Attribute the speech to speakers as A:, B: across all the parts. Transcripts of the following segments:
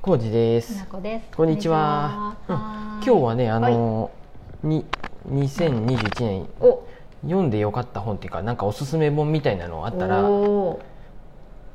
A: コウジで
B: ひな
A: す。
B: こです。
A: こんにちは
B: こんにち
A: 今
B: は
A: 日はね、あ
B: はい
A: のに2021年
B: お、
A: 読んでよかった本っていうか、なんかおすすめ本みたいなのあったら
B: おー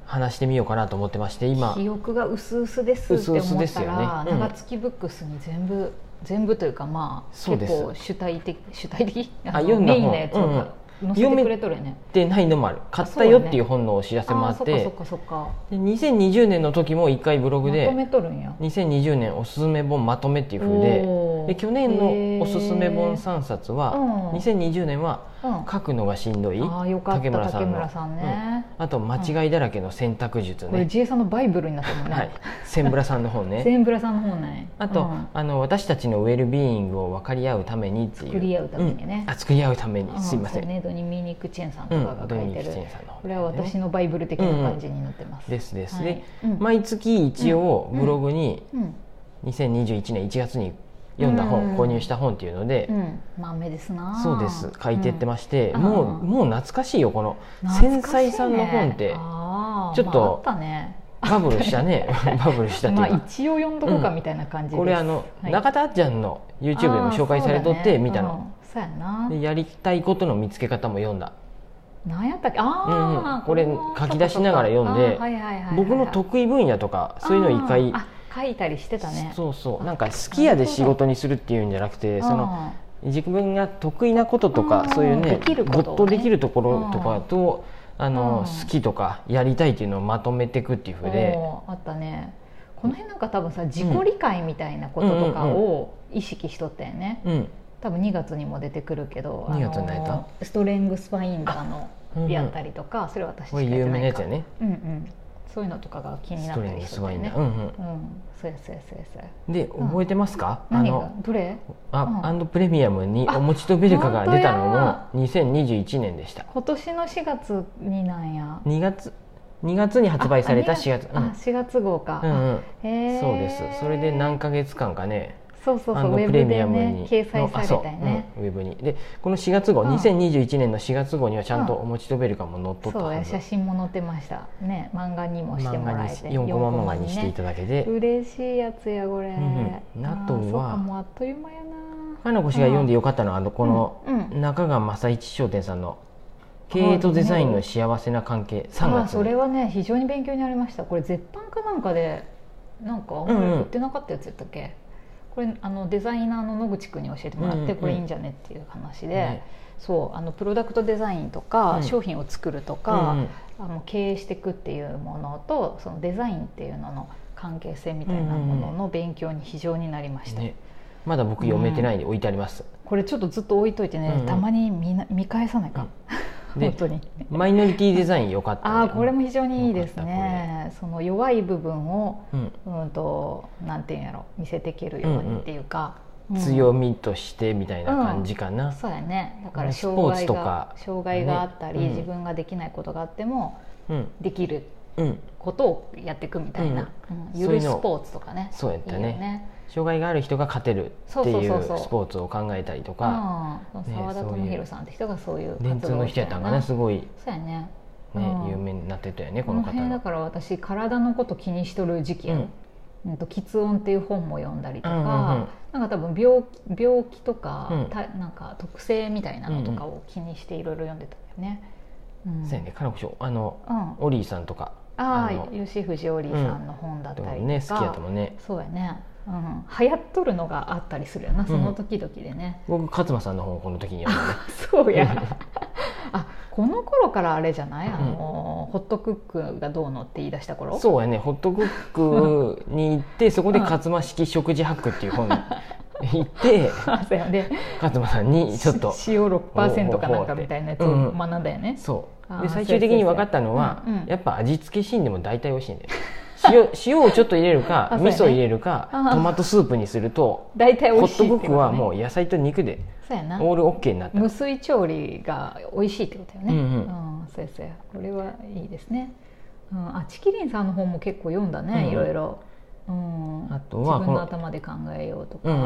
A: 話してみようかなと思ってまして、今
B: 記憶が薄々ですって
A: 薄々
B: 思
A: で
B: っ
A: す
B: た
A: よね
B: ら、
A: うん
B: 長月ブックスに全部全部というかまあ
A: そう
B: 結
A: です
B: 構主体的主体的
A: あ
B: の
A: 読んだ
B: メイ
A: 本
B: ンのやつ
A: うんうん
B: が載せてくれとるよね。
A: でないのもある。買っ
B: そ
A: た
B: う
A: よ
B: よね
A: っていう本のお知らせもあ
B: あ
A: っ、
B: ー、そってかそっかそっか。
A: で2020年の時も一回ブログ
B: まとめ
A: で
B: とるんや。
A: 2020年おすすめ本まとめっていう風で、
B: おー
A: で去年のおすすめ本3冊は、
B: うん
A: 2020年は
B: うんあ
A: 書くのがしんどい、
B: ーよかった
A: 竹
B: 竹
A: 村
B: 村
A: さ
B: さ
A: んの
B: んね。
A: あと間違いだらけの選択術
B: これ
A: ね。
B: ジエさんのバイブルになってるもん
A: はい
B: ね。、
A: 千村さんの本ね。
B: 全ブラさんの方ね。
A: あと、
B: うん
A: あの私たちのウェルビーイングを分かり合うためにっていう
B: 作り合うためにね
A: んあ作り合うために、すいませ
B: うんそうねドニミニクチェンさんと
A: う
B: かが
A: んド
B: 書
A: ミニ
B: いて
A: ク・
B: る、
A: チェンさんの
B: これは私のバイブル的な感じになってます、
A: ですです、
B: はい
A: で、
B: うん
A: 毎月一応ブログに
B: うん
A: 2021年1月に読んだ本、
B: うん
A: 購入した本っていうので、
B: うん豆ですな
A: そうです書いてってまして、
B: うん
A: もう
B: あー
A: もう懐かしいよこの
B: うん
A: 繊細さんの本ってち
B: ち
A: ょっと
B: あったね
A: バブルした ねバブルしたって
B: まあ
A: いうか、
B: 一応読んどこうかみたいな感じです、
A: これあの、
B: はい
A: 中田あっちゃんの YouTube でも紹介されとって見たの、、
B: あーそうだねうんそうやな
A: でやりたいことの見つけ方も読んだ
B: 何やったっけあ
A: うん
B: あ、
A: うんこれ書き出しながら読んで
B: あーはいはいはいはい
A: 僕の得意分野とかそういうのを一回
B: あーあ書いたりしてたね
A: そうそうなんか好きやで仕事にするっていうんじゃなくてその
B: あー
A: 自分が得意なことと
B: う
A: か
B: ん
A: そういうね
B: できる
A: ご
B: こ
A: っ
B: とをね
A: とできるところとかとあの
B: うん
A: 好きとかやりたいっていうのをまとめていくっていうふうで
B: おーあったねこの辺なんか多分さ自己理解みたいなこととかを意識しとったよね
A: うん
B: 多分2月にも出てくるけど
A: 2月になれた
B: あのーストレングスファインダー
A: うんう
B: の
A: ん
B: やったりとか、それは私し
A: こ
B: か
A: れ
B: やって
A: 有名
B: な
A: なや
B: い
A: つ
B: か
A: や
B: ら、
A: ね
B: うんうん、そういうのとかが気にな
A: ス
B: った
A: ト
B: り
A: レング
B: し
A: ス
B: とった
A: ワイ
B: よ
A: ン
B: ね
A: だうんうん
B: うんそうやそうやそうやそうや
A: で
B: ん
A: 覚えてますかあ
B: 何が
A: の
B: どれ
A: あ
B: うん
A: アンドプレミアムにおもちとベルカが出たのも2021年でした
B: 今年の4月になんや
A: 2月2月に発売された4月
B: ああ4月号か、
A: うんうんうん
B: へー
A: そうですそれで何ヶ月間かね
B: そうそう
A: あ
B: そうウ
A: の
B: ェ
A: プ
B: ブ
A: レ
B: で
A: ミアム
B: ね
A: に
B: 掲載
A: の
B: さ
A: あ
B: れた
A: そう
B: よね
A: うんウェブにでこの4月号
B: うん
A: 2021年の4月号にはちゃんとお持ちとベルカも載っとった
B: そう
A: は
B: や
A: ず
B: 写真も載ってましたね漫画にもして
A: 漫
B: も
A: 画
B: ら
A: に
B: え
A: して4コマ漫画にしてい
B: だ
A: ただけで
B: 嬉しいやつやこれ、
A: んうんあとは
B: ーそっかもうあっという間やな
A: かのこしが読んでよかったのはあのこの
B: うんうん
A: 中川正一商店さんの経営とデザインの幸せな関係3
B: あー
A: 月
B: それ
A: に
B: はね非常に勉強になりましたこれ絶版かなんかでなんかあんまり売ってなかったやつやったっけ、これあのデザイナーの野口君に教えてもらって、
A: うんうん
B: これいいんじゃねっていう話で、
A: ね
B: そうあのプロダクトデザインとか、
A: うん
B: 商品を作るとか、あの経営していくっていうものとそのデザインっていうのの関係性みたいなものの勉強に非常になりま
A: う
B: し
A: ん
B: た、
A: ねまだ僕読めてないんで置いてあります
B: これちょっとずっと置いといてね、
A: うんうん
B: たまに見な見返さないか、
A: うんで
B: 本当に
A: マイノリティデザインよかった
B: あ
A: ね
B: あこれも非常にいいです
A: よ
B: ねその弱い部分を
A: うん
B: うんとなんていうんやろ見せていけるようにっていうか、うん
A: 強みとしてみたいな感じかな
B: そうやねだから
A: ス
B: 障
A: ポーツ
B: 害
A: と
B: が
A: か
B: 障害があったり、
A: ねうん
B: 自分ができないことがあっても
A: うん
B: できる
A: うん
B: ことをやっていくみたいな、うんゆ
A: そういう
B: る
A: の
B: スポーツとかね
A: そうやったね
B: いいよね
A: 障害がある人が勝てるってい
B: そううそうそうそう
A: スポーツを考えたりとか
B: うん
A: ね
B: 澤田
A: そういう
B: 智博さんって人がそういう
A: 電通の人やったんかな
B: そ
A: すごい、ね
B: うやねうん
A: 有名になってたよねこ
B: こ
A: の
B: の
A: 方
B: 辺だ
A: の。
B: から私体のこと気にしとる時期
A: う
B: や、
A: ん
B: うんと「喫音」っていう本も読んだりとか、
A: うんうんうん
B: なんか多分病気病気とか、
A: うん
B: たなんか特性みたいなのとかを気にしていろいろ読んでたんだよね。うん
A: そうやね、かのこしょあの
B: うん、あ
A: オリーさんとか
B: あ
A: あの
B: 吉藤織さんの本だっ
A: と
B: た
A: か
B: りとか、
A: もね好きやったもんね
B: そうやね、うん、流行っとるのがあったりするよなその時々でね、
A: 僕勝間さんの本をこの時に 読んだ ね
B: そうや あこの頃からあれじゃないあの、ホットクックがどうのって言い出した頃
A: そうやねホットクックに行ってそこで勝間式食事博っていう本に行って
B: あそうやで
A: 勝間さんに ちょっと
B: 塩6%かなんかみたいなやつ
A: うんう
B: を
A: ん
B: 学んだよね、
A: そう
B: あ
A: で
B: ー
A: 最終的に分かったのは、
B: そうそうそううんうん
A: やっぱ味付けシーンでも大体美味しいんだよ塩 塩をちょっと入れるか
B: あそ
A: 味
B: うや
A: 噌
B: ね
A: 入れるか
B: あー
A: トマトスープにすると
B: 大体美
A: ホ
B: 味し
A: ッ
B: い
A: ト
B: って
A: ク
B: こ
A: ッ
B: と
A: ク
B: ね
A: はもう野菜と肉で
B: そうやな
A: オールオッケーになった
B: 無水調理が美味しいってことよね
A: う
B: うんん、
A: うん
B: そうやそうやこれはいいですね、うん、あちきりんさんの本も結構読んだね、
A: うん
B: いろいろ、うん、
A: あとはこ
B: 自分
A: の
B: の頭で考えようと
A: うん
B: か、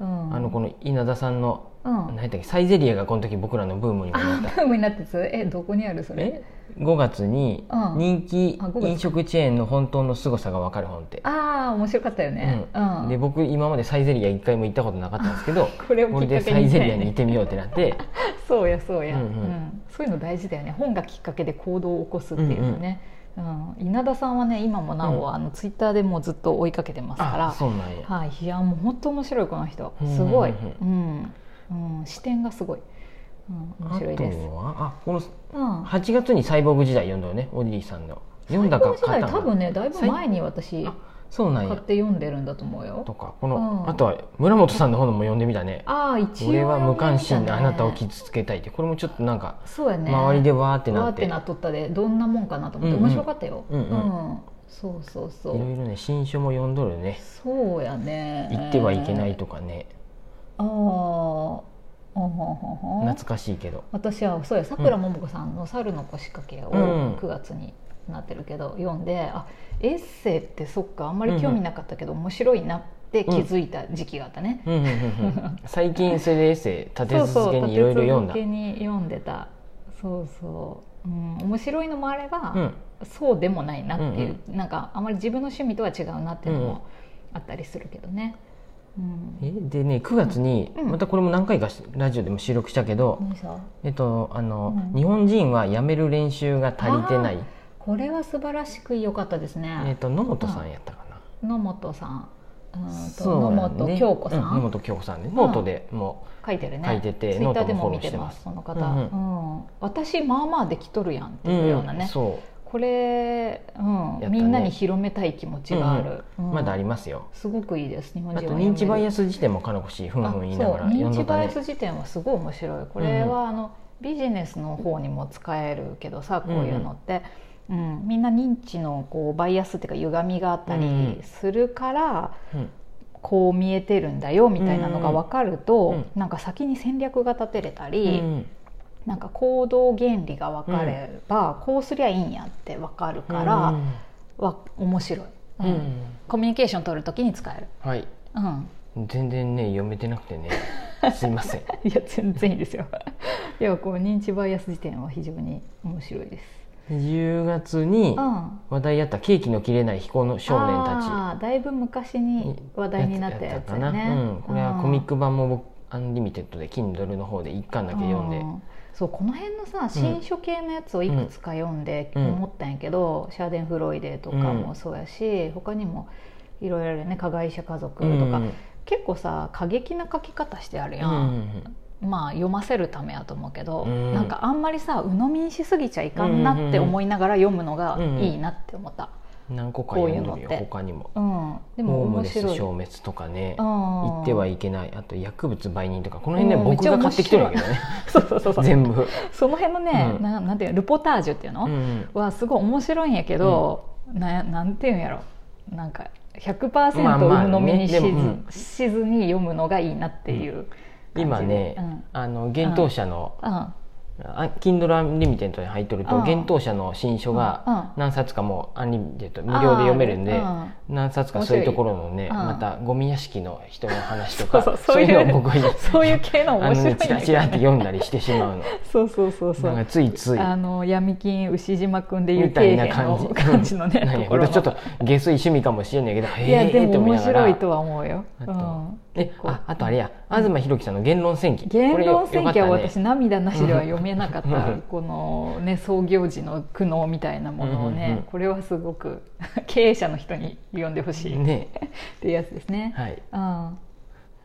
B: うん
A: あのこの稲田さんの
B: うん
A: 何やったっけサイゼリアがこの時僕らのブームにもな
B: あ
A: った
B: ブームになってつえどこにあるそれ
A: え5月に
B: うん
A: 人気
B: あ5月
A: 飲食チェーンの本当の凄さが分かる本って、
B: ああ面白かったよねう
A: うん
B: ん
A: で僕今までサイゼリア一回も行ったことなかったんですけど
B: これを
A: こ
B: き
A: れ
B: っかけに
A: でサイゼリアに行ってみようってなって
B: そうやそうや、
A: う
B: うんん
A: うん
B: そういうの大事だよね本がきっかけで行動を起こすっていうのね、うん稲田さんはね今もなお、
A: うん
B: あのツイッターでもうずっと追いかけてます
A: あ
B: か
A: そうなん
B: ら
A: や
B: はいいやもう本当面白いこの人
A: うんうんうん
B: すごい、うんうん、視点がすごい、うん、面
A: あと
B: 白いです、
A: はあこの
B: うん、
A: 8月にサイボーグ時代読んだよねオリーさんの読んだか
B: 高校
A: 買った
B: 時代
A: のか
B: 多分ねだいぶ前に私
A: あそうなん
B: 買っ
A: や
B: て読んでるんだと思うよ
A: とかこの、
B: うん
A: あとは村本さんの本も読んでみたね
B: ああ一
A: 「
B: 応、
A: 俺は無関心であなたを傷つけたい」ってこれもちょっとなんか
B: そうやね
A: 周りでわーって
B: わー
A: なっ
B: っててなっとったでどんなもんかなと思っ
A: う
B: て
A: んうん
B: 面白かったよ、
A: うんうん
B: そうそうそ
A: いろいうろね新書も読んどるね
B: そうやね
A: 行ってはいけないとかね、
B: ああほんほんほんほん
A: 懐かしいけど
B: 私はそうやさくらももこさんの「猿の腰掛け」を
A: うん
B: 9月になってるけど読んであエッセイってそっかあんまり興味なかったけど面白いなって気づいた時期があったね、
A: うんうんうんうん 最近それでエッセイ立て続けにいろいろ読んだ
B: そうそう立て続けに読んでたそうそう、うん、面白いのもあれば、
A: うん
B: そうでもないなっていう、なんかあまり自分の趣味とは違うなっていうのもあったりするけどね、うん
A: えでね9月に、
B: うん
A: またこれも何回かしラジオでも収録したけど、
B: 何さ
A: えっとあの、
B: うん
A: 日本人はやめる練習が足りてない
B: これは素晴らしく良かったです
A: えっ
B: ね、
A: と野本さんやったかな、
B: 野本さんうーんと
A: そう
B: 野
A: やね
B: 本京子さん、
A: うん野本京子さんねノートでも
B: 書いてるね
A: 書いてて
B: ツイッターで
A: ノートもフォ
B: も
A: ロ
B: 見
A: ーしてて
B: ま
A: ますす
B: その方、
A: うん
B: うん私まあまあできとるやんって
A: う、
B: いうようなね、
A: うんそ
B: これ、うん
A: やったね
B: みんなに広めたい気持ちがある、
A: う、
B: うん
A: まだありますよ
B: すごくいいです日本
A: あ
B: 人
A: と
B: は
A: 認知バイア
B: ス
A: ス辞典もかのこしふんふん言いながら読
B: 認
A: んど
B: 知
A: った
B: バイ
A: ね
B: アス辞典はすごい面白いこれはあの、ビジネスの方にも使えるけどさこういうのって、うんみんな認知のこうバイアスっていうか歪みがあった
A: うん
B: りするから、
A: うん
B: こう見えてるんだよみたいなのが分かると、
A: うん
B: なんか先に戦略が立てれた
A: う
B: り、
A: ん
B: なんか行動原理が分かれば、こうすりゃいいんやって分かるから。は面白い、
A: う
B: うんん
A: うん
B: コミュニケーション取るときに使える、
A: はい
B: うん、
A: 全然ね読めてなくて ねすいません
B: いや全然いいですよ いやこう認知バイアス時点は非常に面白いです、
A: 10月に
B: うん、
A: 話題やったケーキの切れない非行の少年た
B: あーだいぶ昔
A: ち
B: に話題になった
A: や
B: や
A: つ
B: つ
A: や
B: や
A: ったか
B: ね
A: な、うん、これはコミック版も僕アンリミテッドで Kindle の方で一巻だけ読んで、
B: うそうこの辺のさ新書系のやつをいくつか読んで
A: うん
B: 思ったんやけど、シャーデン・フロイデとかもそうやし、他にもいろいろね加害者家族とか、
A: うん
B: 結構さ過激な書き方してあるや
A: うん
B: ん
A: うんうん
B: まあ読ませるためやと思うけど、
A: うん
B: なんかあんまりさ鵜呑みにしすぎちゃいかんなって思いながら読むのがいいなって思った、
A: 何個か読ん
B: こ
A: ど
B: うい
A: る
B: う
A: よ
B: のって
A: 他にも
B: うんでも
A: ホーム
B: 面
A: レス
B: 白い
A: 消滅とかね
B: 行
A: 行ってはいいけないあと薬物売人とかこの辺ね
B: うんめっ
A: 僕
B: ちゃ
A: が買ってきてるんだけどね
B: そうそうそうそう
A: 全部、
B: その辺のね、
A: うん
B: ななんていうのルポタージュっていうの、
A: うん
B: はすごい面白いんやけど、ななんていうんやろなんか100%
A: まあまあね
B: 鵜呑みにしず,、
A: でもうん
B: しずに読むのがいいなっていう感じ
A: 今ね、
B: うん
A: あの幻冬舎の、
B: うん
A: あ Kindle Unlimited に入っとると
B: うん
A: 幻冬舎の新書が
B: う
A: 何冊かもう Unlimited 無料で読めるんで
B: あ
A: 何冊かそういうところのね
B: 面白いうん
A: またゴミ屋敷の人の話と
B: そ
A: か
B: うそう
A: そ
B: そうう
A: い
B: いうう
A: のを僕に
B: そういう系の
A: あ
B: 面白い
A: の
B: んやけ
A: チ
B: ど
A: ラ
B: ね
A: チラって読んだりしてしまうの
B: そうそうそうそう
A: なんかついつい
B: あの闇金牛島くんで言う
A: みたい
B: 底
A: な
B: 辺
A: 感
B: の
A: じ
B: 感じのね
A: なんや
B: ところの
A: ちょっと下水趣味かもしれないけど
B: いや
A: へ
B: で
A: えって
B: も
A: 思いな
B: 面
A: がら
B: 白いとは思うよ、
A: あ
B: う
A: と
B: ん、
A: え
B: 結構
A: ああとあれや東博樹さんの言論戦記
B: 言論選挙は
A: これよかった
B: 私
A: ね
B: 涙なしでは読めなかっ
A: う
B: た
A: ん
B: このね創業時の苦悩みたいなものを
A: うんうんう
B: ね
A: ん
B: これはすごく 経営者の人に読んでほしいっ
A: ね
B: ていうやつですね。
A: はい
B: うん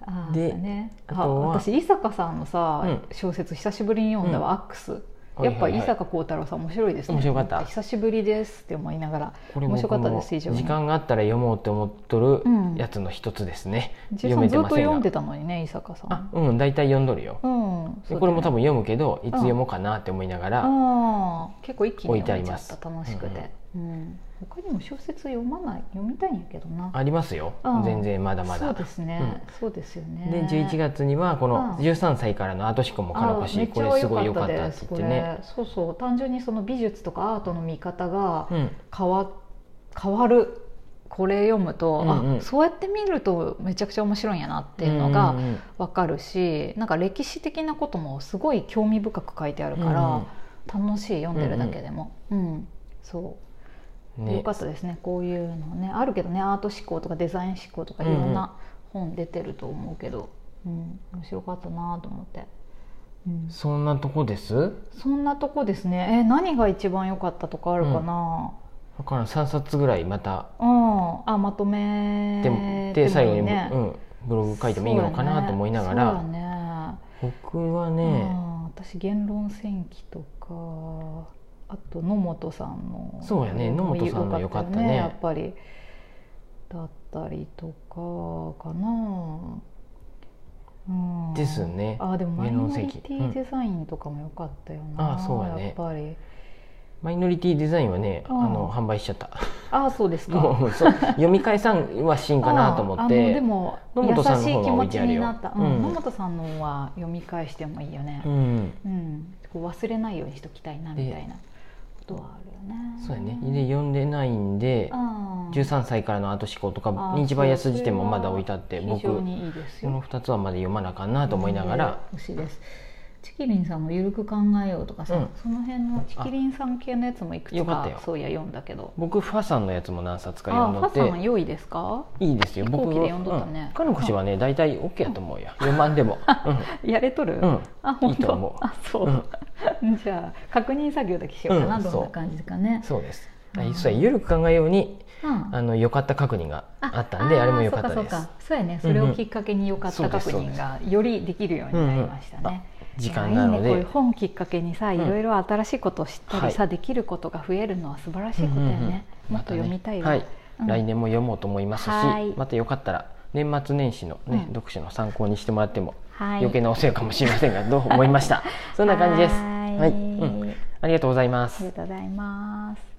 B: あー
A: で
B: そうね、
A: あ
B: あ
A: とは
B: 私伊坂さんのさ、
A: うん
B: 小説久しぶりに読んだわ「アックス」やっぱ伊坂幸太郎さん面白いですね
A: 面白かった
B: 久しぶりですって思いながら
A: これ
B: 面
A: 僕
B: 白かった
A: も
B: です非常に
A: 時間があったら読もうって思っと
B: う
A: る
B: ん
A: やつの一つですね、
B: じい
A: 読
B: さん
A: め
B: ず
A: て
B: っ
A: ま
B: と
A: せん
B: 読ん
A: が
B: でたのにね伊坂さ
A: あ
B: ん
A: うん大体読んどるよ、
B: うんそうだよね
A: これも多分読むけどいつ読もうかなって思いながら、
B: あー結構一気
A: 置
B: に
A: いてあり
B: 読めちゃ
A: ま
B: っ
A: す
B: た楽しくて、うん他にも小説読まない読みたいんやけどな
A: ありますよ、
B: うん
A: 全然まだま
B: そ
A: だ
B: うですね、そうですよ
A: で
B: ね
A: 11月にはこの
B: うん
A: 13歳からのアート思考もかのこ
B: あ
A: し
B: ー
A: これすごい良かった
B: め
A: っ
B: ちゃ
A: て言って
B: 良かった
A: ね、
B: ですこれそうそう単純にその美術とかアートの見方が
A: うん、
B: 変わ変わるこれ読むと、
A: うんうん
B: あそうやって見るとめちゃくちゃ面白いんやなっていうのが
A: うんうん
B: わかるし、なんか歴史的なこともすごい興味深く書いてあるか
A: うん
B: ら、楽しい読んでるだけでも、うんそう
A: うん
B: 良
A: ね
B: かったですねこういうのねあるけどねアート思考とかデザイン思考とかいろんな本出てると思うけど、うん面白かったなと思って、うん、
A: そんなとこです
B: そんなとこですねえ何が一番良かったとかあるかな、
A: だからん3冊ぐらいまた
B: うんあまとめ
A: でもで最後に、
B: ね
A: うん、ブログ書いてもいいのかなと思いながら、
B: そうやね
A: 僕は
B: そうやね
A: ね、
B: うん私言論戦記とかあと野本さんの
A: そうやね野本さんの良かったね
B: やっぱりだったりとかかな、うん、
A: ですね
B: あでもマイ
A: 言論
B: ノ
A: 戦
B: リ
A: 記
B: ティデザインとかも良かったよ
A: うん
B: な、
A: あそうやね
B: やっぱり
A: マイノリティデザインはね、
B: うん
A: あの販売しちゃった
B: あそうですか
A: もうそう読み返さんはしんかなと思
B: あ
A: っ
B: あの
A: て
B: でも
A: 野本さんの
B: 優し
A: 方
B: い気
A: が置
B: 持
A: い
B: ち
A: てある
B: に
A: よ
B: なった、う
A: うん
B: ん、野本さんのは読み返してもいいよね
A: う、ん、
B: うんこう忘れないようにしときたいな
A: で
B: みたいなことはあるよね
A: そうやねで読んでないんで
B: あー
A: 13歳からのアート思考とか
B: あー
A: 認知バイアス辞典もまだ置いてあって
B: 非
A: 僕
B: 常
A: こ
B: にいいですよ
A: の2つはまだ読まなあかんなと思いながら、
B: うん欲しいですチキリンさんの「ゆるく考えよう」とかさ、
A: うん
B: その辺のチキリンさん系のやつもいくつ
A: よか
B: か
A: ったよ
B: そういや読んだけど
A: 僕ファさんのやつも何冊か
B: あ
A: 読
B: フ
A: んど
B: ァ
A: って
B: さんは良いですか
A: いいですよ
B: 飛行機
A: 僕
B: で読んどったね
A: うん、彼の口はね大体 OK やと思うよ読まんで も、
B: やれとる、
A: うん
B: あ本当
A: いいと思う
B: あそう、
A: うん
B: じゃあ確認作業だけしようかな、
A: うん
B: どんな感じかね
A: そうです
B: あー
A: そうやゆるく考えように
B: うん
A: あの良かった確認があったんであれも良かった
B: そう
A: で
B: かそう
A: す
B: かそうやねそれをきっかけに良かっ
A: うんう
B: た
A: んそうで
B: 確
A: す
B: 認がよりできるようになりましたね、
A: うんうんあ時間なの
B: いやいいねこう
A: で
B: いう本きっかけにさい
A: ん
B: ろいろ新しいことを知ったりさ、
A: は
B: できることが増えるのは素晴らしいことやね、
A: うんうんうん
B: もっと読みたいわ、
A: はい
B: うん
A: 来年も読もうと思いますし
B: はい
A: またよかったら年末年始の、ね
B: うん
A: 読書の参考にしてもらっても
B: はい
A: 余計なお世話かもしれませんがど う思いましたそんな感じです
B: はーい
A: はい、うん、ありがとうございま
B: あ
A: す
B: りがとうございます